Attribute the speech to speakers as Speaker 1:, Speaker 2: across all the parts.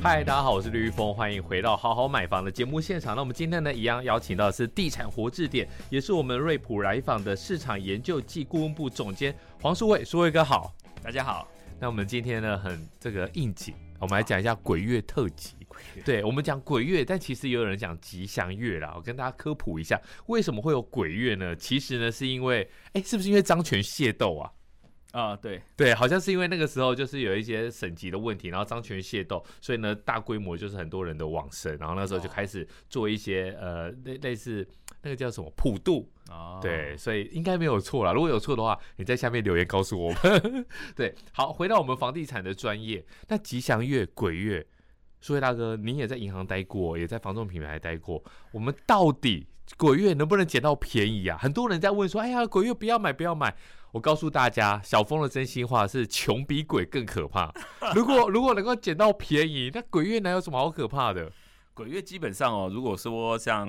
Speaker 1: 嗨，大家好，我是绿峰，欢迎回到好好买房的节目现场。那我们今天呢，一样邀请到的是地产活字典，也是我们瑞普来访的市场研究暨顾问部总监黄书伟，书伟哥好。
Speaker 2: 大家好，
Speaker 1: 那我们今天呢，很这个应景，我们来讲一下鬼月特辑。对，我们讲鬼月，但其实也有人讲吉祥月啦。我跟大家科普一下，为什么会有鬼月呢？其实呢，是因为，哎，是不是因为张权械斗啊？
Speaker 2: 啊、对，
Speaker 1: 对，好像是因为那个时候就是有一些省级的问题，然后张权械斗，所以呢大规模就是很多人的往生，然后那时候就开始做一些、呃类类似那个叫什么普渡，
Speaker 2: 哦，
Speaker 1: 对，所以应该没有错啦。如果有错的话，你在下面留言告诉我们。 对，好，回到我们房地产的专业，那吉祥月、鬼月，苏慧大哥，你也在银行待过，也在房仲品牌待过，我们到底鬼月能不能捡到便宜啊？很多人在问说，哎呀，鬼月不要买，不要买。我告诉大家，小峰的真心话是穷比鬼更可怕。如果 如果能够捡到便宜，那鬼月哪有什么好可怕的？
Speaker 2: 鬼月基本上哦，如果说像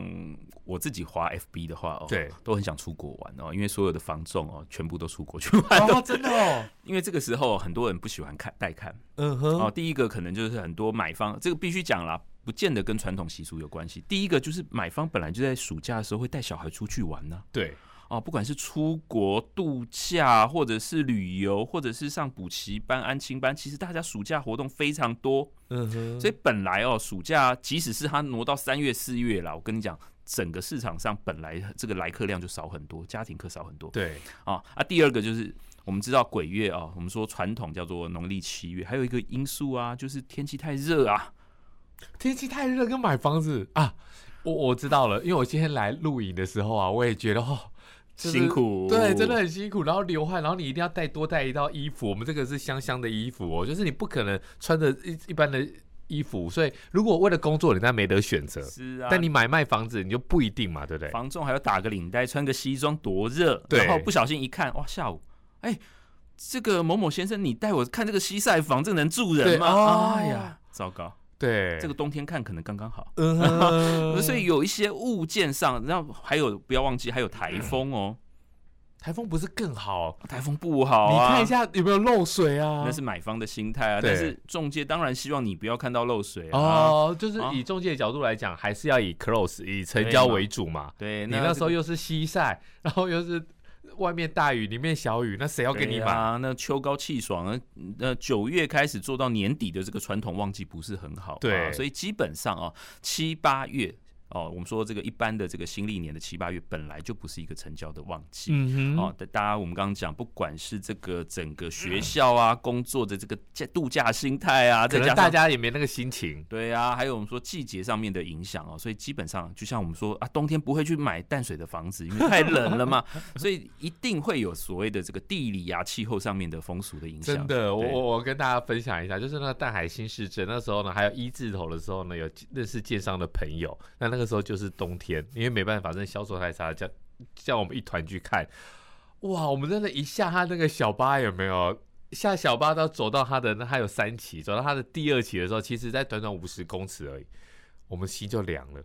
Speaker 2: 我自己滑 FB 的话哦，
Speaker 1: 对，
Speaker 2: 都很想出国玩哦，因为所有的房仲哦，全部都出国去玩，
Speaker 1: 哦，真的哦，
Speaker 2: 因为这个时候很多人不喜欢看带看
Speaker 1: 嗯
Speaker 2: 哦。
Speaker 1: 哼，
Speaker 2: 第一个可能就是很多买方，这个必须讲啦，不见得跟传统习俗有关系。第一个就是买方本来就在暑假的时候会带小孩出去玩呢、
Speaker 1: 对，
Speaker 2: 哦，不管是出国度假，或者是旅游，或者是上补习班、安亲班，其实大家暑假活动非常多。
Speaker 1: 嗯哼，
Speaker 2: 所以本来哦，暑假即使是它挪到三月、四月啦，我跟你讲，整个市场上本来这个来客量就少很多，家庭客少很多。
Speaker 1: 对，
Speaker 2: 啊啊，第二个就是我们知道鬼月哦，我们说传统叫做农历七月，还有一个因素啊，就是天气太热啊。
Speaker 1: 天气太热，跟买房子啊，我我知道了，因为我今天来露营的时候啊，我也觉得哦。就是
Speaker 2: 辛苦
Speaker 1: 对，真的很辛苦，然后流汗，然后你一定要带多带一套衣服。我们这个是香香的衣服哦，就是你不可能穿着一一般的衣服，所以如果为了工作，你那没得选择。
Speaker 2: 是啊，
Speaker 1: 但你买卖房子，你就不一定嘛，对不对？
Speaker 2: 房仲还要打个领带，穿个西装多热，
Speaker 1: 对
Speaker 2: 然后不小心一看，哇，下午，哎、这个某某先生，你带我看这个西晒房，这能住
Speaker 1: 对
Speaker 2: 人吗？
Speaker 1: 哦
Speaker 2: 哎呀，糟糕，
Speaker 1: 对，
Speaker 2: 这个冬天看可能刚刚好。
Speaker 1: 嗯哼
Speaker 2: 呃 所以有一些物件上，然后还有不要忘记还有台风哦，
Speaker 1: 台风不是更好？
Speaker 2: 台风不好
Speaker 1: 嗯
Speaker 2: 啊，
Speaker 1: 你看一，下有没有漏水啊？
Speaker 2: 那是买方的心态啊。
Speaker 1: 对
Speaker 2: 但是中介当然希望你不要看到漏水啊。
Speaker 1: 哦，就是
Speaker 2: 啊
Speaker 1: 以中介的角度来讲，还是要以 close 以成交为主嘛。
Speaker 2: 对，
Speaker 1: 你那时候
Speaker 2: 又
Speaker 1: 又是西晒，然后又是外面大雨，里面小雨，那谁要
Speaker 2: 要
Speaker 1: 跟你买？
Speaker 2: 买，啊那秋高气爽，那那九月开始做到年底的这个传统旺季不是很好啊，
Speaker 1: 对
Speaker 2: 所以基本上啊，七八月哦，我们说这个一般的这个新历年的七八月本来就不是一个成交的旺季，
Speaker 1: 嗯
Speaker 2: 哦，，大大家我们刚刚讲，不管是这个整个学校啊、工作的这个假度假心态啊，
Speaker 1: 可
Speaker 2: 再加
Speaker 1: 能
Speaker 2: 上
Speaker 1: 大家也没那个心情。
Speaker 2: 对啊，还有我们说季节上面的影响哦，所以基本上就像我们说啊，冬天不会去买淡水的房子，因为太冷 了嘛，所以一定会有所谓的这个地理啊、气候上面的风俗的影响。
Speaker 1: 真的，我
Speaker 2: 对
Speaker 1: 我我跟大家分享一下，就是那个淡海新市镇那时候呢，还有一字头的时候呢，有认识建商的朋友，那那个时候就是冬天，因为没办法，真的销售太差，叫叫我们一团去看，哇，我们真的一下他那个小巴有没有？下小巴到走到他的那还有三期，走到他的第二期的时候，其实在短短五十公尺而已，我们心就凉 了。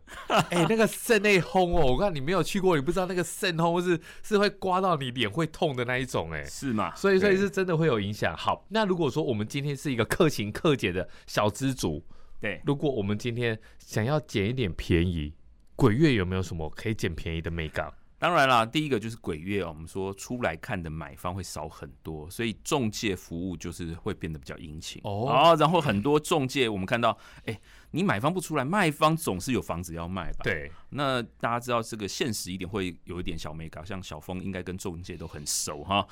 Speaker 1: 哎、那个肾内烘哦，我告诉你没有去过，你不知道那个肾烘是是会刮到你脸会痛的那一种哎、
Speaker 2: 是嘛？
Speaker 1: 所以，所以
Speaker 2: 对
Speaker 1: 是真的会有影响。好，那如果说我们今天是一个克勤克俭的小资族，
Speaker 2: 对。
Speaker 1: 如果我们今天想要捡一点便宜，鬼月有没有什么可以捡便宜的美感？
Speaker 2: 当然啦，第一个就是鬼月哦，我们说出来看的买方会少很多，所以中介服务就是会变得比较殷勤
Speaker 1: 哦
Speaker 2: 然后然后很多中介我们看到，哎，你买方不出来，卖方总是有房子要卖吧？。
Speaker 1: 对，
Speaker 2: 那大家知道这个现实一点会有一点小美感，像小峰应该跟中介都很熟哈。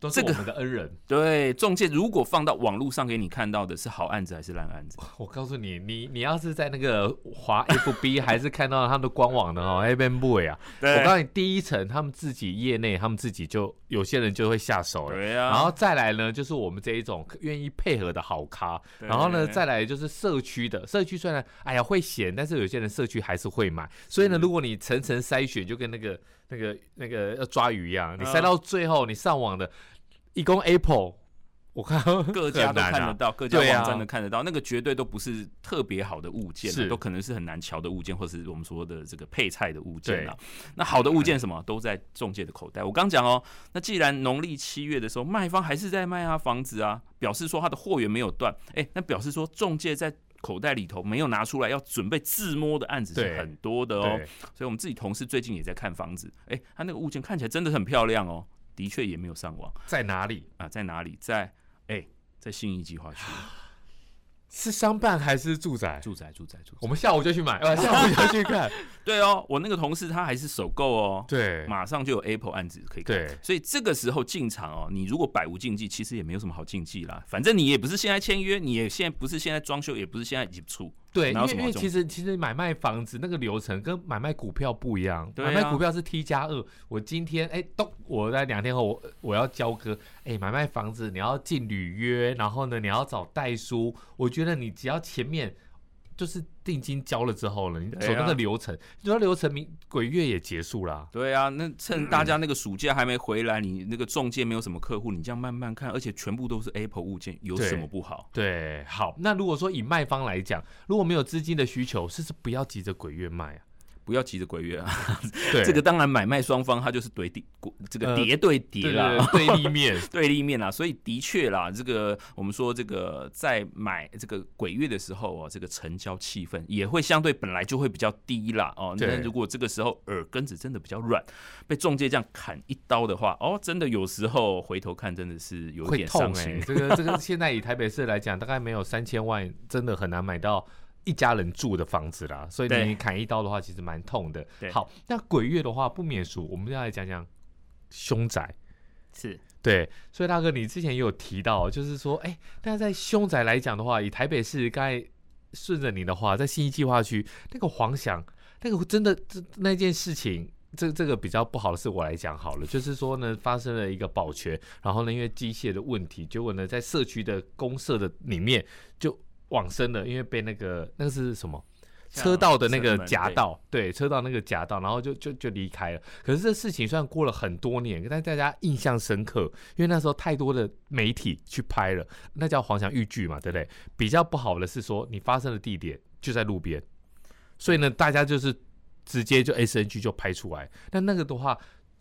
Speaker 1: 都是我
Speaker 2: 这个
Speaker 1: 们的恩人。
Speaker 2: 对，中介如果放到网络上给你看到的是好案子还是烂案子？
Speaker 1: 我告诉你，你你要是在那个华 FB 还是看到他们的官网的 哦 a b e n Boy 啊，
Speaker 2: 对
Speaker 1: 我告诉你，第一层他们自己业内，他们自己就有些人就会下手了。
Speaker 2: 对啊，
Speaker 1: 然后再来呢，就是我们这一种愿意配合的好咖。
Speaker 2: 对啊
Speaker 1: 然后呢，再来就是社区的，社区虽然哎呀会嫌，但是有些人社区还是会买。所以
Speaker 2: 嗯
Speaker 1: 呢，如果你层层筛选，就跟那个那个那个要抓鱼一样，你筛
Speaker 2: 嗯
Speaker 1: 到最后，你上网的，一共 Apple，我看
Speaker 2: 各家
Speaker 1: 很
Speaker 2: 都
Speaker 1: 难
Speaker 2: 看
Speaker 1: 啊
Speaker 2: 得到，各家
Speaker 1: 对啊
Speaker 2: 网站都看得到，那个绝对都不是特别好的物件、
Speaker 1: 是
Speaker 2: 啊，都可能是很难瞧的物件，或是我们说的这个配菜的物件啊。那好的物件什么都在中介的口袋。我刚讲哦，那既然农历七月的时候，卖方还是在卖他房子啊，表示说他的货源没有断，哎、那表示说中介在口袋里头没有拿出来要准备自摸的案子是
Speaker 1: 对
Speaker 2: 很多的哦。
Speaker 1: 对，
Speaker 2: 所以我们自己同事最近也在看房子，哎、他那个物件看起来真的很漂亮哦，的确也没有上网
Speaker 1: 在哪里？
Speaker 2: 啊，在哪里？在哎、在信义计划区
Speaker 1: 是商办还是住宅？
Speaker 2: 住宅，住宅，住
Speaker 1: 我
Speaker 2: 宅。
Speaker 1: 们下午就去买，呃，下午就去 看。
Speaker 2: 对哦，我那个同事他还是首购哦，
Speaker 1: 对，
Speaker 2: 马上就有 Apple 案子可以看。
Speaker 1: 对，
Speaker 2: 所以这个时候进场哦，你如果百无禁忌，其实也没有什么好禁忌啦。反正你也不是现在签约，你也现在不是现在装修，也不是现在已出。
Speaker 1: 对，因
Speaker 2: 哪有
Speaker 1: 为
Speaker 2: 什么
Speaker 1: 因为
Speaker 2: 好
Speaker 1: 其实其实买卖房子那个流程跟买卖股票不一样，
Speaker 2: 对
Speaker 1: 买卖
Speaker 2: 啊
Speaker 1: 股票是 T 加二，我今天哎咚，我在两天后我我要交割，哎买卖房子你要进履约，然后呢你要找代书，我觉得你只要前面。就是定金交了之后呢，你
Speaker 2: 对
Speaker 1: 走那
Speaker 2: 啊
Speaker 1: 个流程，你说流程明鬼月也结束啦、
Speaker 2: 对啊，那趁大家那个暑假还没回来，你那个中介没有什么客户，你这样慢慢看，而且全部都是 Apple 物件，有
Speaker 1: 对
Speaker 2: 什么不好？
Speaker 1: 对，好，那如果说以卖方来讲，如果没有资金的需求，是不是不要急着鬼月卖啊？
Speaker 2: 不要急着鬼月啊！
Speaker 1: 对，
Speaker 2: 这个当然买卖双方他就是对地，这个
Speaker 1: 呃
Speaker 2: 叠对叠
Speaker 1: 对
Speaker 2: 啦。
Speaker 1: 对对对立面，
Speaker 2: 对立面啦，啊所以的确啦，这个我们说这个在买这个鬼月的时候哦，这个成交气氛也会相对本来就会比较低啦哦。
Speaker 1: 对
Speaker 2: 那如果这个时候耳根子真的比较软，被中介这样砍一刀的话，哦，真的有时候回头看真的是有一
Speaker 1: 会
Speaker 2: 点
Speaker 1: 痛
Speaker 2: 伤
Speaker 1: 哎、
Speaker 2: 心。
Speaker 1: 这个这个现在以台北市来讲，大概没有三千万，真的很难买到一家人住的房子啦。所以
Speaker 2: 对
Speaker 1: 你砍一刀的话，其实蛮痛的
Speaker 2: 对。
Speaker 1: 好，那鬼月的话不免俗，我们要来讲讲凶宅。
Speaker 2: 是
Speaker 1: 对，所以大哥，你之前也有提到，就是说，哎、那在凶宅来讲的话，以台北市刚才顺着你的话，在新一计划区那个黄翔，那个真的这那件事情。这这个比较不好的是我来讲好了，就是说呢，发生了一个保全，然后呢，因为机械的问题，结果呢，在社区的公社的里面就往生了，因为被那个那个是什么
Speaker 2: 像
Speaker 1: 车道的那个
Speaker 2: 车门
Speaker 1: 夹
Speaker 2: 对
Speaker 1: 道，对，车道那个夹道，然后就就就离开了。可是这事情虽然过了很多年，但大家印象深刻，因为那时候太多的媒体去拍了，那叫黄翔豫剧嘛，对不对？比较不好的是说，你发生的地点就在路边，所以呢，大家就是直接就 S N G 就拍出来。那那个的话，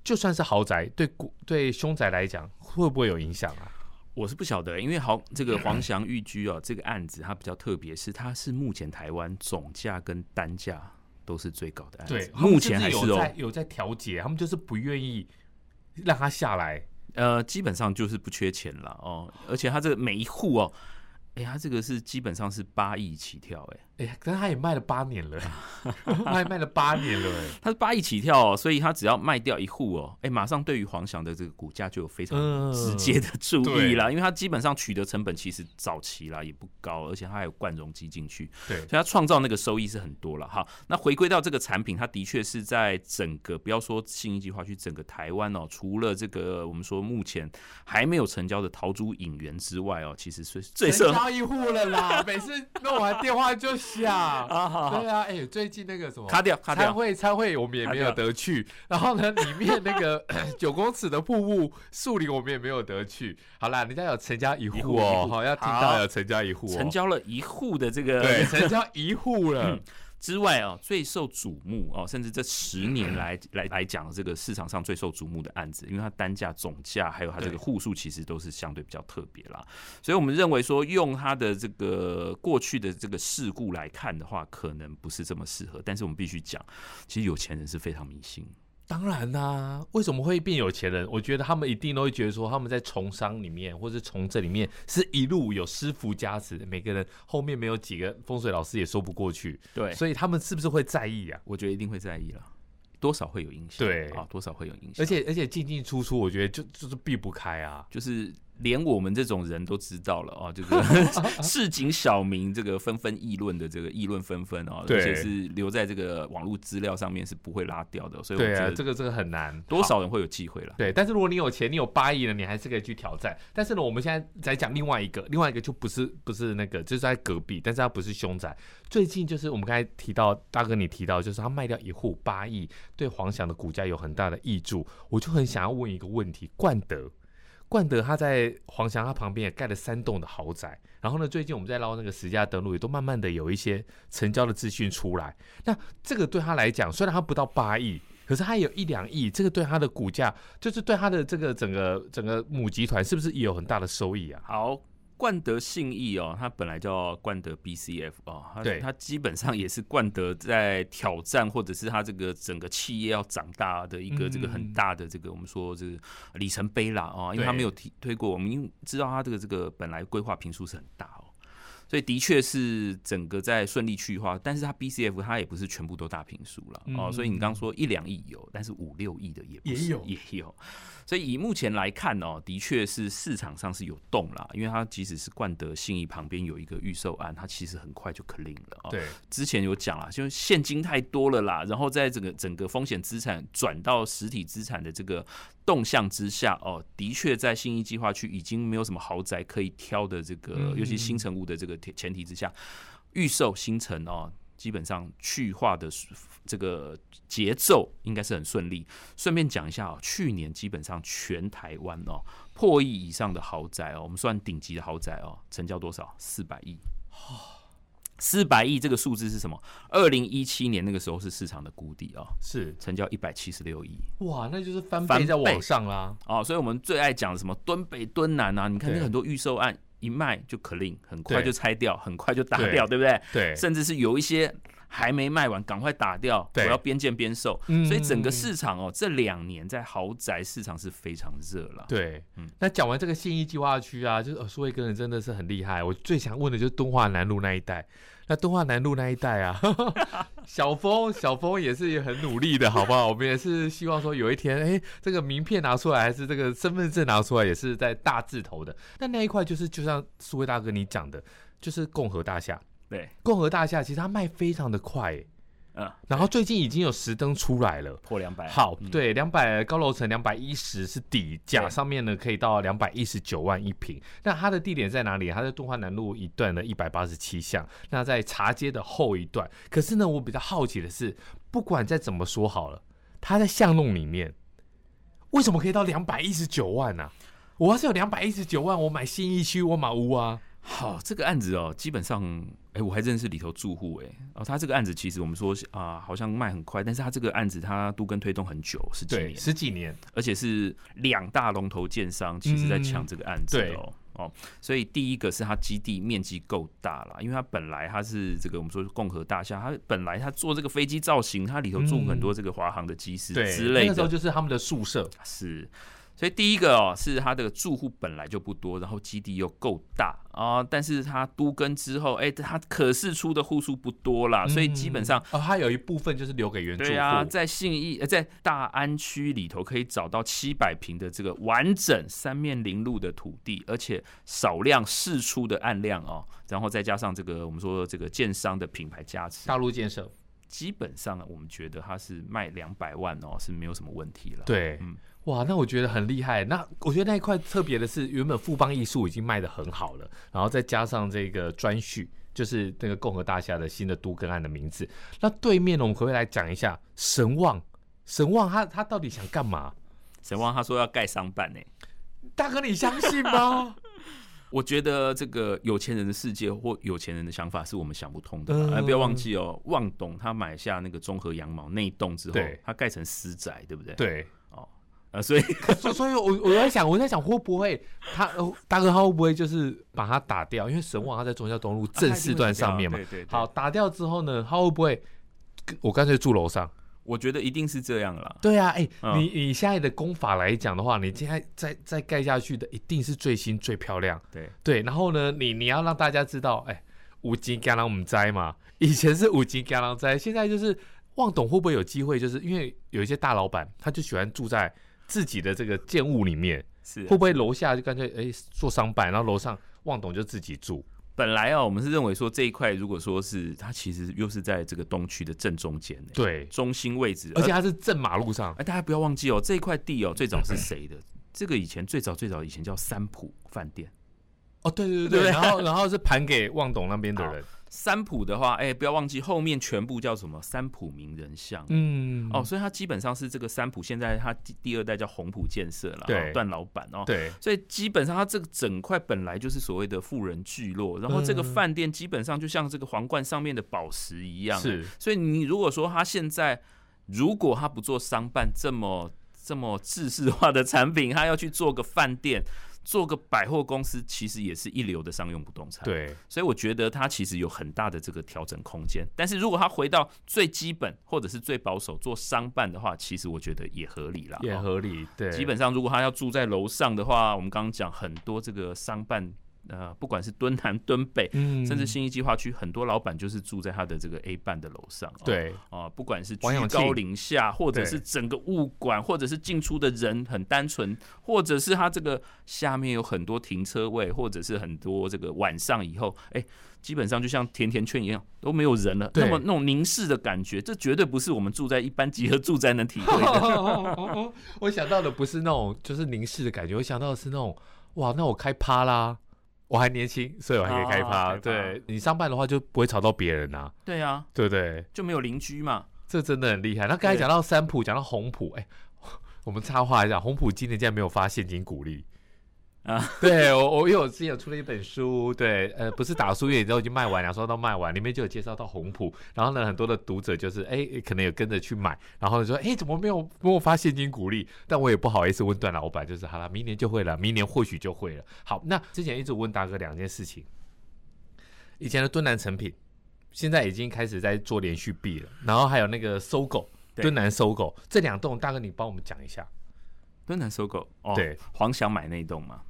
Speaker 1: 就算是豪宅，对古对凶宅来讲，会不会有影响啊？
Speaker 2: 我是不晓得，因为好这个黄翔玉居哦，这个案子它比较特别，是它是目前台湾总价跟单价都是最高的案子，
Speaker 1: 对，
Speaker 2: 目前还
Speaker 1: 有
Speaker 2: 是哦，
Speaker 1: 在有在调解，他们就是不愿意让他下来。
Speaker 2: 呃，基本上就是不缺钱了哦，而且他这个每一户哦，哎、他这个是基本上是八亿起跳、哎，
Speaker 1: 哎、呀，可是他也卖了八年了、 他也卖了八年了、哎，
Speaker 2: 他是八亿起跳哦，所以他只要卖掉一户哦，哎、马上对于黄翔的这个股价就有非常
Speaker 1: 嗯
Speaker 2: 直接的注意啦，因为他基本上取得成本其实早期啦也不高，而且他还有灌容机进去，
Speaker 1: 对，
Speaker 2: 所以它创造那个收益是很多了哈。那回归到这个产品，它的确是在整个不要说信义计划区，整个台湾哦，除了这个我们说目前还没有成交的桃竹影园之外哦，其实是最
Speaker 1: 成
Speaker 2: 受
Speaker 1: 交一户了啦，每次弄完电话就响。
Speaker 2: 啊，好好
Speaker 1: 对啊，哎、最近那个什么。
Speaker 2: 卡掉卡
Speaker 1: 参
Speaker 2: 掉，
Speaker 1: 会参会我们也没有得去， 然后呢，里面那 个九公尺的瀑布树林我们也没有得去。好啦，人家有成交一
Speaker 2: 一
Speaker 1: 户
Speaker 2: 户一
Speaker 1: 哦，
Speaker 2: 户
Speaker 1: 好要听
Speaker 2: 好
Speaker 1: 到有成交一户、哦，
Speaker 2: 成交了一户嗯的这
Speaker 1: 对
Speaker 2: 个
Speaker 1: 成交一户了，
Speaker 2: 之外哦，最受瞩目哦，甚至这十年来来来讲，这个市场上最受瞩目的案子，因为它单价、总价还有它这个
Speaker 1: 对
Speaker 2: 户数，其实都是相对比较特别啦。所以我们认为说，用它的这个过去的这个事故来看的话，可能不是这么适合。但是我们必须讲，其实有钱人是非常迷信。
Speaker 1: 当然啦、为什么会变有钱人？我觉得他们一定都会觉得说，他们在从商里面或者从这里面是一路有师傅加持，每个人后面没有几个风水老师也说不过去，
Speaker 2: 对
Speaker 1: 所以他们是不是会在意啊？
Speaker 2: 我觉得一定会在意了，多少会有影响。
Speaker 1: 对
Speaker 2: 啊，多少会有影响。
Speaker 1: 而且而且进进出出，我觉得就就是避不开啊。
Speaker 2: 就是连我们这种人都知道了 哦，这个市井小民这个纷纷议论的这个议论纷纷哦，
Speaker 1: 对
Speaker 2: 而且是留在这个网络资料上面是不会拉掉的，所以我
Speaker 1: 对
Speaker 2: 觉
Speaker 1: 啊，
Speaker 2: 得
Speaker 1: 这个这个很难，
Speaker 2: 多
Speaker 1: 好？
Speaker 2: 少人会有机会啦。
Speaker 1: 对，但是如果你有钱，你有八亿了，你还是可以去挑战。但是呢，我们现在在讲另外一个，另外一个就不是不是那个，就是在隔壁，但是它不是凶宅。最近就是我们刚才提到，大哥你提到，就是他卖掉一户八亿，对黄翔的股价有很大的益助。我就很想要问一个问题：冠德，冠德他在黄翔他旁边也盖了三栋的豪宅，然后呢，最近我们在捞那个实价登录，也都慢慢的有一些成交的资讯出来。那这个对他来讲，虽然他不到八亿。可是他有一两亿，这个对他的股价，就是对他的这个整个整个母集团，是不是也有很大的收益啊？
Speaker 2: 好，冠德信义哦，它本来叫冠德 BCF 哦，它
Speaker 1: 对
Speaker 2: 它基本上也是冠德在挑战，或者是它这个整个企业要长大的一个
Speaker 1: 嗯
Speaker 2: 这个很大的这个、我们说这个里程碑啦哦，因为它
Speaker 1: 对
Speaker 2: 没有提推过，我们已经知道它这个这个本来规划平数是很大哦。所以的确是整个在顺利去化，但是它 BCF 它也不是全部都大平数了、哦，
Speaker 1: 嗯
Speaker 2: 所以你刚说一两亿有，但是五六亿的也不
Speaker 3: 也
Speaker 2: 是
Speaker 3: 有
Speaker 2: 也有，所以以目前来看哦，的确是市场上是有动啦，因为它即使是冠德信义旁边有一个预售案，它其实很快就 clean 了哦。
Speaker 1: 对，
Speaker 2: 之前有讲啦，就是现金太多了啦，然后在整个整个风险资产转到实体资产的这个动向之下，哦，的确在新一计划区已经没有什么豪宅可以挑的这个，
Speaker 1: 嗯
Speaker 2: 尤其新城屋的这个前前提之下，预售新城哦，基本上去化的这个节奏应该是很顺利。顺便讲一下哦，去年基本上全台湾哦破亿以上的豪宅哦，我们算顶级的豪宅哦，成交多少？四百亿。四百亿这个数字是什么？二零一七年那个时候是市场的谷底哦，
Speaker 1: 是
Speaker 2: 成交一百七十六亿
Speaker 1: 哇，那就是翻
Speaker 2: 翻
Speaker 1: 倍在
Speaker 2: 倍
Speaker 1: 往上啦。
Speaker 2: 哦，所以我们最爱讲什么敦北敦南啊，你看
Speaker 1: 对
Speaker 2: 那个很多预售案一卖就 clean，很快
Speaker 1: 对
Speaker 2: 就拆掉，很快就打
Speaker 1: 对
Speaker 2: 掉，对不对？
Speaker 1: 对，
Speaker 2: 甚至是有一些还没卖完，赶快打掉，我
Speaker 1: 对
Speaker 2: 要边建边售。
Speaker 1: 嗯
Speaker 2: 所以整个市场哦，这两年在豪宅市场是非常热了。
Speaker 1: 对，
Speaker 2: 嗯
Speaker 1: 那讲完这个信义计划区啊，就是呃苏威哥人真的是很厉害。我最想问的就是敦化南路那一带，那敦化南路那一带 啊，小峰小峰也是很努力的，好不好？我们也是希望说有一天，哎，这个名片拿出来，还是这个身份证拿出来，也是在大字头的。那那一块就是就像苏威大哥你讲的，就是共和大厦，
Speaker 2: 对，
Speaker 1: 共和大厦其实它卖非常的快、哎
Speaker 2: 嗯，
Speaker 1: 然后最近已经有十灯出来了。
Speaker 2: 破两百。
Speaker 1: 好，
Speaker 2: 嗯，
Speaker 1: 对，两百高楼层两百一十是底价，
Speaker 2: 对
Speaker 1: 上面呢可以到两百一十九万一平。那它的地点在哪里？它在敦化南路一段的一百八十七巷，那在茶街的后一段。可是呢，我比较好奇的是，不管再怎么说好了，它在巷弄里面，为什么可以到两百一十九万呢、我要是有两百一十九万，我买新一区，我买屋啊。
Speaker 2: 好，这个案子哦，基本上，哎、我还认识里头住户，哎，哦，他这个案子其实我们说啊、好像卖很快，但是他这个案子他都跟推动很久，十几
Speaker 1: 对，
Speaker 2: 年，
Speaker 1: 十几年，
Speaker 2: 而且是两大龙头建商其实在抢这个案子
Speaker 1: 嗯对
Speaker 2: 哦。哦，所以第一个是它基地面积够大啦，因为它本来它是这个我们说共和大厦，它本来它做这个飞机造型，它里头住很多这个华航的机
Speaker 1: 嗯
Speaker 2: 师
Speaker 1: 对，
Speaker 2: 之
Speaker 1: 那
Speaker 2: 类
Speaker 1: 个时
Speaker 2: 的，
Speaker 1: 候就是他们的宿舍，
Speaker 2: 啊是。所以第一个哦，是它的住户本来就不多，然后基地又够大啊、但是它都跟之后，哎、它可释出的户数不多啦，所以基本上
Speaker 1: 哦，它有一部分就是留给原住户。
Speaker 2: 对啊，在信义呃，在大安区里头可以找到七百平的这个完整三面临路的土地，而且少量释出的案量哦，然后再加上这个我们说这个建商的品牌加持，
Speaker 1: 大陆建设，
Speaker 2: 基本上我们觉得它是卖两百万哦是没有什么问题了。
Speaker 1: 对，
Speaker 2: 嗯
Speaker 1: 哇，那我觉得很厉害。那我觉得那一块特别的是，原本富邦艺术已经卖的很好了，然后再加上这个专序，就是那个共和大厦的新的都更案的名字。那对面呢，我们可不可以来讲一下神旺？神旺他他到底想干嘛？
Speaker 2: 沈旺他说要盖商办呢、
Speaker 1: 大哥，你相信吗？
Speaker 2: 我觉得这个有钱人的世界或有钱人的想法是我们想不通的
Speaker 1: 嗯
Speaker 2: 啦。哎、不要忘记哦，旺董他买下那个中和羊毛那一栋之后
Speaker 1: 对，
Speaker 2: 他盖成私宅，对不 对？
Speaker 1: 对，
Speaker 2: 啊，所以
Speaker 1: 所所以我，我在想，我在想会不会他呃大哥他会不会就是把它打掉？因为神旺他在中孝东路 正四段上面嘛。
Speaker 2: 对对对
Speaker 1: 好，打掉之后呢，他会不会我干脆住楼上？
Speaker 2: 我觉得一定是这样啦。
Speaker 1: 对啊，哎、
Speaker 2: 嗯
Speaker 1: 你你现在的功法来讲的话，你现在再再盖下去的一定是最新最漂亮。
Speaker 2: 对，
Speaker 1: 对，然后呢，你你要让大家知道，哎、五金橄榄们摘嘛， 以前是五金橄榄摘，现在就是望董会不会有机会，就是因为有一些大老板他就喜欢住在自己的这个建物里面，
Speaker 2: 是啊
Speaker 1: 会不会楼下就干脆哎、做商办，然后楼上望董就自己住？
Speaker 2: 本来哦，我们是认为说这一块如果说是它其实又是在这个东区的正中间呢，欸
Speaker 1: 对，
Speaker 2: 中心位置，呃
Speaker 1: 而且他是正马路上，
Speaker 2: 哎，大家不要忘记哦，这一块地哦最早是谁的？这个以前最早最早以前叫三浦饭店。
Speaker 1: 哦，对对
Speaker 2: 对
Speaker 1: 对，然后然后是盘给望董那边的人，
Speaker 2: 三浦的话，哎、不要忘记后面全部叫什么三浦名人巷。
Speaker 1: 嗯，
Speaker 2: 哦，，所以它基本上是这个三浦，现在它第第二代叫红浦建设了，
Speaker 1: 对
Speaker 2: 哦段老板哦，
Speaker 1: 对，
Speaker 2: 所以基本上它这个整块本来就是所谓的富人聚落，然后这个
Speaker 1: 嗯
Speaker 2: 饭店基本上就像这个皇冠上面的宝石一样。
Speaker 1: 是，
Speaker 2: 所以你如果说它现在如果它不做商办这么这么制式化的产品，它要去做个饭店。做个百货公司其实也是一流的商用不动产。，
Speaker 1: 对，
Speaker 2: 所以我觉得它其实有很大的这个调整空间。但是如果它回到最基本或者是最保守做商办的话，其实我觉得也合理啦。
Speaker 1: 也
Speaker 2: 哦
Speaker 1: 合理，对，
Speaker 2: 基本上，如果他要住在楼上的话，我们刚刚讲很多这个商办，呃，不管是敦南、敦北，
Speaker 1: 嗯
Speaker 2: 甚至新义计划区，很多老板就是住在他的这个 A 办的楼上。哦，
Speaker 1: 对
Speaker 2: 啊，不管是居
Speaker 1: 王永庆
Speaker 2: 高临下，或者
Speaker 1: 对
Speaker 2: 是整个物管，或者是进出的人很单纯，或者是他这个下面有很多停车位，或者是很多这个晚上以后，哎、基本上就像甜甜圈一样都没有人了，
Speaker 1: 对
Speaker 2: 那么那种凝视的感觉，这绝对不是我们住在一般集合住宅能体会 的。
Speaker 1: 哦我想到的不是那种就是凝视的感觉，我想到的是那种哇，那我开趴啦，我还年轻，所以我还可哦以开趴。
Speaker 2: 啊开趴
Speaker 1: 对你上班的话就不会吵到别人啊，
Speaker 2: 对啊，
Speaker 1: 对不对？
Speaker 2: 就没有邻居嘛。
Speaker 1: 这真的很厉害。那刚才
Speaker 2: 对
Speaker 1: 讲到三浦，讲到红浦，哎、 我们插话一下，红浦今年竟然没有发现金股利。
Speaker 2: 啊，
Speaker 1: 对我，我因为我之前有出了一本书，对，呃，不是打书月，你知道已经卖完，两双都卖完，里面就有介绍到红浦，然后呢，很多的读者就是，哎，可能有跟着去买，然后说，哎，怎么没有没有发现金股利？但我也不好意思问段老板，就是好了，明年就会了，明年或许就会了。好，那之前一直问大哥两件事情，以前的敦南成品，现在已经开始在做连续币了，然后还有那个搜狗。
Speaker 2: 对
Speaker 1: 敦南搜狗这两栋，大哥你帮我们讲一下。
Speaker 2: 敦南收购哦，
Speaker 1: 对，
Speaker 2: 黄翔买那一栋嘛。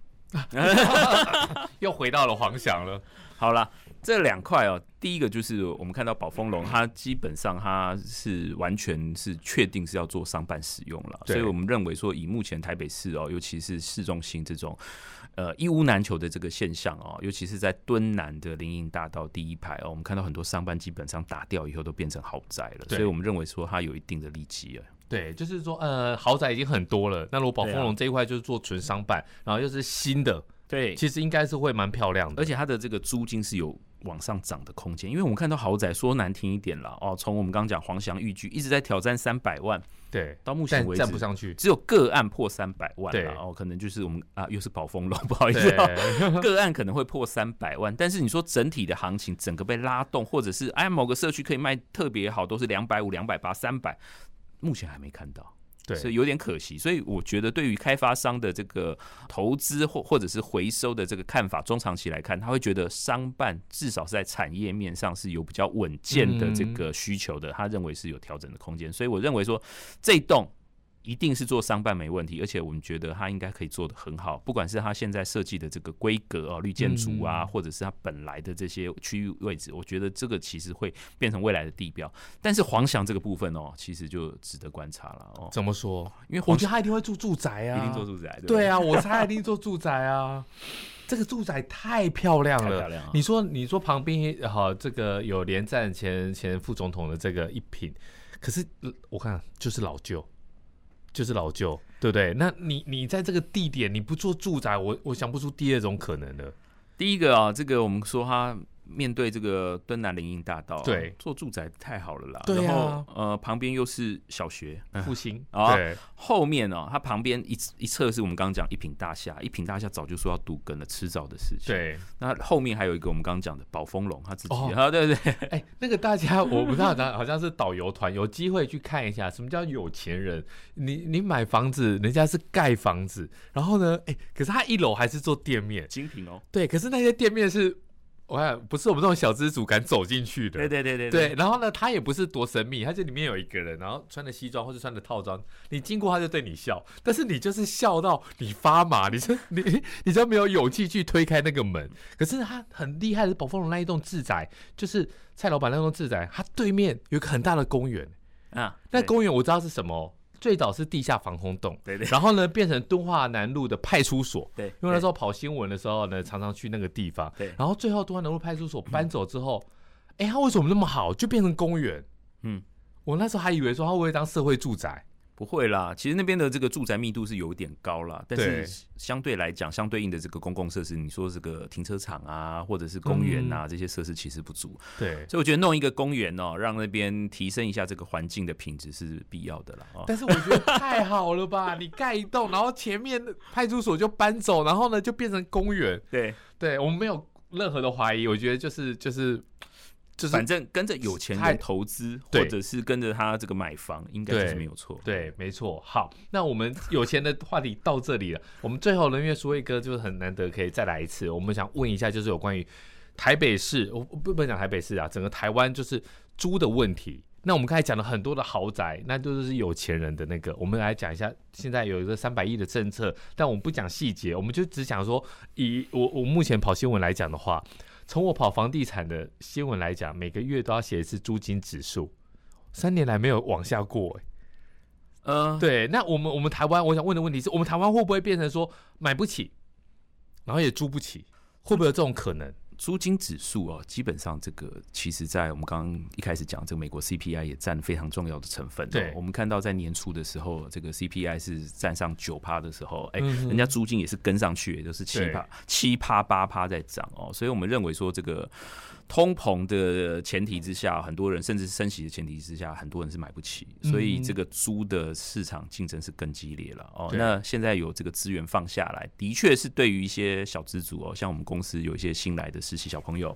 Speaker 1: 又回到了黄翔了，
Speaker 2: 好啦，这两块哦，第一个就是我们看到宝丰龙，它基本上它是完全是确定是要做商办使用了，
Speaker 1: 对
Speaker 2: 所以我们认为说，以目前台北市哦，尤其是市中心这种呃一屋难求的这个现象哦，尤其是在敦南的林荫大道第一排哦，我们看到很多商办基本上打掉以后都变成豪宅了，
Speaker 1: 对
Speaker 2: 所以我们认为说它有一定的利基了。
Speaker 1: 对，就是说，呃，豪宅已经很多了，那如果宝
Speaker 2: 对啊
Speaker 1: 丰龙这一块就是做纯商办，然后又是新的，
Speaker 2: 对
Speaker 1: 其实应该是会蛮漂亮的。
Speaker 2: 而且它的这个租金是有往上涨的空间，因为我们看到豪宅说难听一点了哦，从我们刚刚讲黄翔玉居一直在挑战三百万，
Speaker 1: 对，
Speaker 2: 到目前
Speaker 1: 但
Speaker 2: 为
Speaker 1: 站不
Speaker 2: 止
Speaker 1: 上去。
Speaker 2: 只有个案破三百万
Speaker 1: 对
Speaker 2: 了哦，可能就是我们啊又是宝丰龙， 不好意思、
Speaker 1: 对，
Speaker 2: 哦，个案可能会破三百万，但是你说整体的行情整个被拉动，或者是哎某个社区可以卖特别好，都是两百五、两百八、三百，目前还没看到。所
Speaker 1: 对，
Speaker 2: 以有点可惜。所以我觉得对于开发商的这个投资或或者是回收的这个看法，中长期来看，他会觉得商办至少是在产业面上是有比较稳健的这个需求的，他认为是有调整的空间。所以我认为说这一栋。一定是做商办没问题，而且我们觉得它应该可以做得很好，不管是它现在设计的这个规格哦，绿建筑啊，或者是它本来的这些区域位置，我觉得这个其实会变成未来的地标。但是黄翔这个部分哦，其实就值得观察了哦。
Speaker 1: 怎么说？
Speaker 2: 因为
Speaker 1: 我
Speaker 2: 黄
Speaker 1: 觉得他一定会住住宅啊，
Speaker 2: 一定做住宅，
Speaker 1: 对
Speaker 2: 啊，
Speaker 1: 啊，我猜他一定做住宅啊。 这个住宅太漂亮
Speaker 2: 太
Speaker 1: 了，
Speaker 2: 漂亮了
Speaker 1: 你说，你说旁边呃好，这个有连战前前副总统的这个一品，可是呃我看就是老旧，就是老旧，对不对？那你你在这个地点你不做住宅，我我想不出第二种可能的。
Speaker 2: 第一个啊，这个我们说它面对这个敦南林荫大道、啊，
Speaker 1: 对
Speaker 2: 做住宅太好了啦。
Speaker 1: 对
Speaker 2: 然
Speaker 1: 啊
Speaker 2: 后呃，旁边又是小学，
Speaker 1: 复兴，
Speaker 2: 啊
Speaker 1: 对
Speaker 2: 后面哦、它旁边一一侧是我们刚刚讲一品大厦，一品大厦早就说要杜根了，迟早的事情。，
Speaker 1: 对，
Speaker 2: 那后面还有一个我们刚刚讲的宝丰龙，他自己、
Speaker 1: 哦
Speaker 2: 啊，对对对，
Speaker 1: 哎、那个大家我不知道，好像是导游团，有机会去看一下什么叫有钱人。你你买房子，人家是盖房子，然后呢，哎、可是他一楼还是做店面，
Speaker 2: 精品哦，
Speaker 1: 对，可是那些店面是，我看不是我们这种小资主敢走进去的，
Speaker 2: 对对对对
Speaker 1: 对，然后呢，他也不是多神秘，他就里面有一个人，然后穿着西装或者穿着套装，你经过他就对你笑，但是你就是笑到你发麻，你就你你就没有勇气去推开那个门。可是他很厉害的，宝丰龙那一栋住宅，就是蔡老板那栋住宅，他对面有一个很大的公园，
Speaker 2: 啊，
Speaker 1: 那
Speaker 2: 对
Speaker 1: 公园我知道是什么，哦最早是地下防空洞，
Speaker 2: 对对
Speaker 1: 然后呢变成敦化南路的派出所，
Speaker 2: 对，
Speaker 1: 因为那时
Speaker 2: 候
Speaker 1: 候跑新闻的时候呢，常常去那个地方。
Speaker 2: 对
Speaker 1: 然后最后东安南路派出所搬走之后，哎、他为什么那么好，就变成公园？
Speaker 2: 嗯，
Speaker 1: 我那时候还以为说他会不会当社会住宅。
Speaker 2: 不会啦，其实那边的这个住宅密度是有一点高啦，但是
Speaker 1: 对
Speaker 2: 相对来讲，相对应的这个公共设施，你说这个停车场啊，或者是公园
Speaker 1: 嗯
Speaker 2: 啊，这些设施其实不足，
Speaker 1: 对，
Speaker 2: 所以我觉得弄一个公园哦，让那边提升一下这个环境的品质是必要的啦。哦，
Speaker 1: 但是我觉得太好了吧！你盖一栋，然后前面的派出所就搬走，然后呢就变成公园。
Speaker 2: 对，
Speaker 1: 对我们没有任何的怀疑，我觉得就是就是就是
Speaker 2: 反正跟着有钱
Speaker 1: 太
Speaker 2: 人投资，
Speaker 1: 对
Speaker 2: 或者是跟着他这个买房，应该就是
Speaker 1: 对
Speaker 2: 没有错。
Speaker 1: 对，没错。好，那我们有钱的话题到这里了。我们最后人月苏威哥就是很难得可以再来一次。我们想问一下，就是有关于台北市，我我不不能讲台北市啊，整个台湾就是租的问题。那我们刚才讲了很多的豪宅，那就是有钱人的那个。我们来讲一下，现在有一个三百亿的政策，但我们不讲细节，我们就只讲说，以我我目前跑新闻来讲的话，从我跑房地产的新闻来讲，每个月都要写一次租金指数，三年来没有往下过、欸
Speaker 2: 呃，
Speaker 1: 对，那我们我们台湾，我想问的问题是我们台湾会不会变成说买不起，然后也租不起，会不会有这种可能？
Speaker 2: 租金指数哦，基本上这个其实，在我们刚刚一开始讲，这个美国 CPI 也占非常重要的成分哦、
Speaker 1: 对
Speaker 2: 我们看到在年初的时候，这个 CPI 是占上九趴的时候，哎、
Speaker 1: 嗯哼
Speaker 2: 人家租金也是跟上去，也就是七趴、七趴八趴在涨哦。所以我们认为说，这个通膨的前提之下，很多人甚至是升息的前提之下，很多人是买不起，所以这个租的市场竞争是更激烈了哦。
Speaker 1: 嗯对
Speaker 2: 那现在有这个资源放下来，的确是对于一些小资族哦，像我们公司有一些新来的实习小朋友。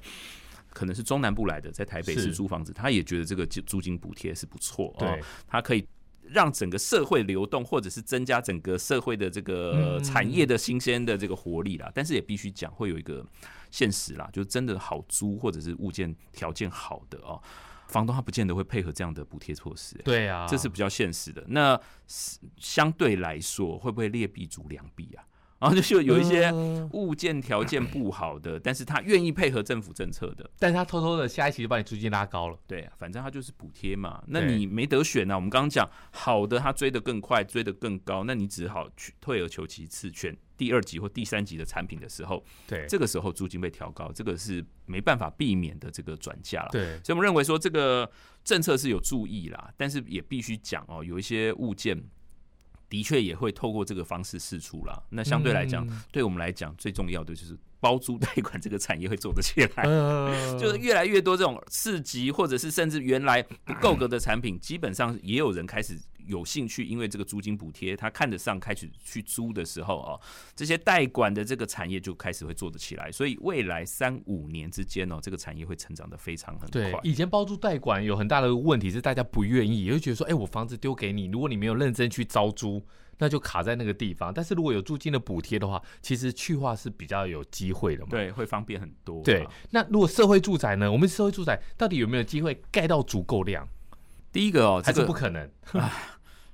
Speaker 2: 可能是中南部来的，在台北市
Speaker 1: 是
Speaker 2: 租房子，他也觉得这个租租金补贴是不错哦
Speaker 1: 对，
Speaker 2: 他可以让整个社会流动，或者是增加整个社会的这个产业的新鲜的这个活力啦。但是也必须讲，会有一个现实啦，就是真的好租或者是物件条件好的哦，房东他不见得会配合这样的补贴措施、欸
Speaker 1: 对啊，
Speaker 2: 这是比较现实的。那是相对来说，会不会劣币逐良币啊？ 然后就是有一些
Speaker 1: 嗯
Speaker 2: 物件条件不好的，但是他愿意配合政府政策的，
Speaker 1: 但是他偷偷的下一期就把你租金拉高了，
Speaker 2: 对啊，反正他就是补贴嘛。那
Speaker 1: 对
Speaker 2: 你没得选啊。我们刚刚讲，好的他追得更快，追得更高，那你只好去退而求其次，选第二级或第三级的产品的时候，
Speaker 1: 对，
Speaker 2: 这个时候租金被调高，这个是没办法避免的这个转嫁了。
Speaker 1: 对
Speaker 2: 所以我们认为说这个政策是有注意啦，但是也必须讲哦，有一些物件的确也会透过这个方式释出啦。那相对来讲，
Speaker 1: 嗯
Speaker 2: 对我们来讲最重要的就是包租代管这个产业会做得起来。
Speaker 1: 呃
Speaker 2: 就是越来越多这种市集，或者是甚至原来不够格的产品，基本上也有人开始有兴趣，因为这个租金补贴，他看得上，开始去租的时候哦，这些代管的这个产业就开始会做得起来，所以未来三五年之间哦，这个产业会成长的非常很
Speaker 1: 对
Speaker 2: 快，。
Speaker 1: 以前包租代管有很大的问题是大家不愿意，也就觉得说，哎、我房子丢给你，如果你没有认真去招租，那就卡在那个地方。但是如果有租金的补贴的话，其实去化是比较有机会的嘛。
Speaker 2: 对，会方便很多。
Speaker 1: 对，那如果社会住宅呢？我们社会住宅到底有没有机会盖到足够量，
Speaker 2: 第一个哦，
Speaker 1: 还
Speaker 2: 这
Speaker 1: 是不
Speaker 2: 个
Speaker 1: 可能？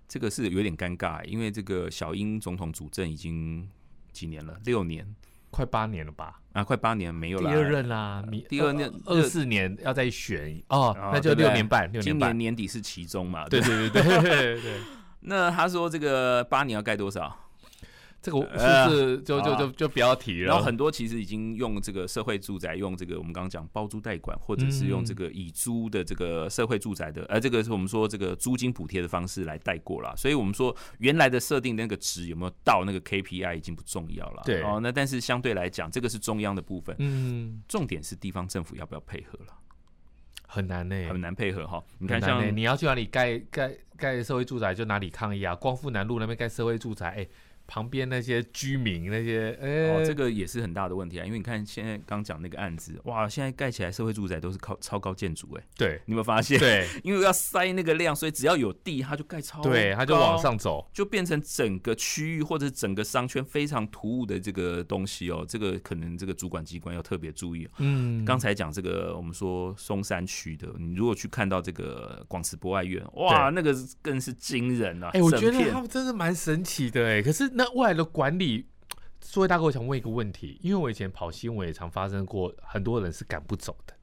Speaker 2: 这个是有点尴尬，因为这个小英总统主政已经几年了，六年
Speaker 1: 快八年了吧？
Speaker 2: 啊，快八年没有
Speaker 1: 第
Speaker 2: 了。
Speaker 1: 二任啦，你
Speaker 2: 第二任
Speaker 1: 二四年要再选哦
Speaker 2: 啊，
Speaker 1: 那就
Speaker 2: 对不对
Speaker 1: 六年半，六
Speaker 2: 今
Speaker 1: 年
Speaker 2: 年
Speaker 1: 半。
Speaker 2: 年底是其中嘛？
Speaker 1: 对对对对 对对，
Speaker 2: 那他说这个八年要盖多少？
Speaker 1: 这个
Speaker 2: 呃
Speaker 1: 数字就
Speaker 2: 好
Speaker 1: 就
Speaker 2: 啊
Speaker 1: 就就不要提了。
Speaker 2: 然后很多其实已经用这个社会住宅，用这个我们刚刚讲包租代管，或者是用这个以租的这个社会住宅的，呃，这个是我们说这个租金补贴的方式来带过啦。所以我们说原来的设定那个值有没有到那个 KPI 已经不重要了。
Speaker 1: 对
Speaker 2: 哦，那但是相对来讲，这个是中央的部分，
Speaker 1: 嗯，
Speaker 2: 重点是地方政府要不要配合了，
Speaker 1: 很难呢，
Speaker 2: 很难配合哈。你
Speaker 1: 你
Speaker 2: 看像
Speaker 1: 你要去哪里盖盖盖社会住宅，就哪里抗议啊？光复南路那边盖社会住宅，哎，旁边那些居民那些，
Speaker 2: 哦，
Speaker 1: 哎，
Speaker 2: 这个也是很大的问题啊，因为你看现在刚讲那个案子，哇，现在盖起来社会住宅都是靠超高建筑，哎，
Speaker 1: 对
Speaker 2: 你有没有发现？
Speaker 1: 对
Speaker 2: 因为要塞那个量，所以只要有地，它就盖超高，
Speaker 1: 对，他就往，上走。
Speaker 2: 就变成整个区域或者整个商圈非常突兀的这个东西哦。这个可能这个主管机关要特别注意哦。
Speaker 1: 嗯，
Speaker 2: 刚才讲这个，我们说松山区的，你如果去看到这个广慈博爱院，哇，那个更是惊人啊！
Speaker 1: 哎、我觉
Speaker 2: 整
Speaker 1: 得
Speaker 2: 片
Speaker 1: 他们真的蛮神奇的哎。可是那未来的管理，所位大哥，我想问一个问题，因为我以前跑新闻也常发生过，很多人是赶不走的。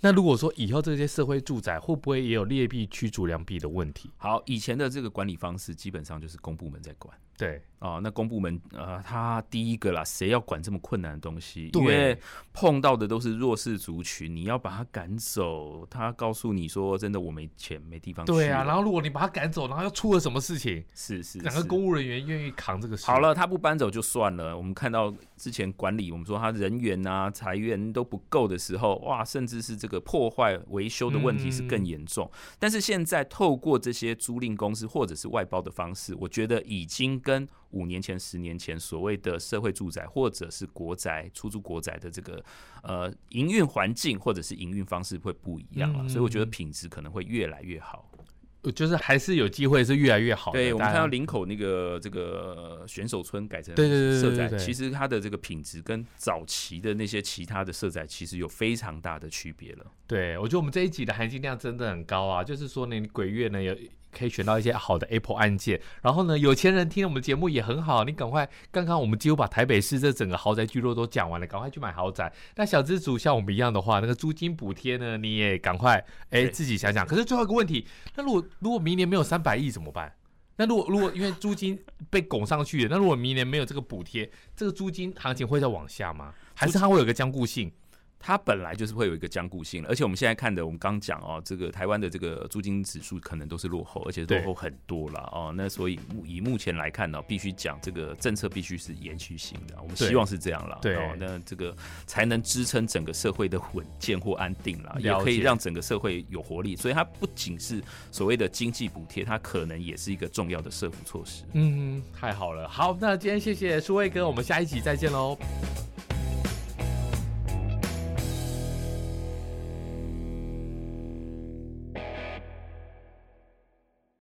Speaker 1: 那如果说以后这些社会住宅会不会也有劣币驱逐良币的问题？
Speaker 2: 好，以前的这个管理方式基本上就是公部门在管。
Speaker 1: 对，
Speaker 2: 哦，那公部门呃，他第一个啦，谁要管这么困难的东西？
Speaker 1: 对
Speaker 2: 因为碰到的都是弱势族群，你要把他赶走，他告诉你说，真的我没钱，没地方去了。
Speaker 1: 对啊。然后如果你把他赶走，然后又出了什么事情，
Speaker 2: 是是
Speaker 1: 哪个
Speaker 2: 是
Speaker 1: 公务人员愿意扛这个事？
Speaker 2: 好，了，他不搬走就算了。我们看到之前管理，我们说他人员啊、裁员都不够的时候，哇，甚至是这个破坏维修的问题是
Speaker 1: 嗯
Speaker 2: 更严重。但是现在透过这些租赁公司或者是外包的方式，我觉得已经跟五年前、十年前所谓的社会住宅或者是国宅出租国宅的这个呃营运环境或者是营运方式会不一样了，
Speaker 1: 嗯
Speaker 2: 所以我觉得品质可能会越来越好。
Speaker 1: 呃就是还是有机会是越来越好的。
Speaker 2: 对，我们
Speaker 1: 大家
Speaker 2: 看到林口那个这个呃选手村改成
Speaker 1: 对对对对
Speaker 2: 社
Speaker 1: 对
Speaker 2: 宅，
Speaker 1: 对
Speaker 2: 其实它的这个品质跟早期的那些其他的社宅其实有非常大的区别了。
Speaker 1: 对，我觉得我们这一集的含金量真的很高啊！就是说呢，你鬼月呢有可以选到一些好的 Apple 按键，然后呢，有钱人听了我们节目也很好，你赶快，刚刚我们几乎把台北市这整个豪宅聚落都讲完了，赶快去买豪宅。那小资族像我们一样的话，那个租金补贴呢，你也赶快哎
Speaker 2: 对
Speaker 1: 自己想想。可是最后一个问题，那如果如果明年没有三百亿怎么办？那如果如果因为租金被拱上去了，那如果明年没有这个补贴，这个租金行情会再往下吗？还是它会有个僵固性？
Speaker 2: 它本来就是会有一个僵固性了，而且我们现在看的，我们刚讲哦，这个台湾的这个租金指数可能都是落后，而且
Speaker 1: 对
Speaker 2: 落后很多了哦。那所以目以目前来看呢、必须讲这个政策必须是延续性的，我们
Speaker 1: 对
Speaker 2: 希望是这样了。
Speaker 1: 对
Speaker 2: 哦，那这个才能支撑整个社会的稳健或安定啦，也
Speaker 1: 了
Speaker 2: 可以
Speaker 1: 解
Speaker 2: 让整个社会有活力。所以它不仅是所谓的经济补贴，它可能也是一个重要的社福措施。
Speaker 1: 嗯，太好了。好，那今天谢谢舒卫哥，我们下一集再见喽。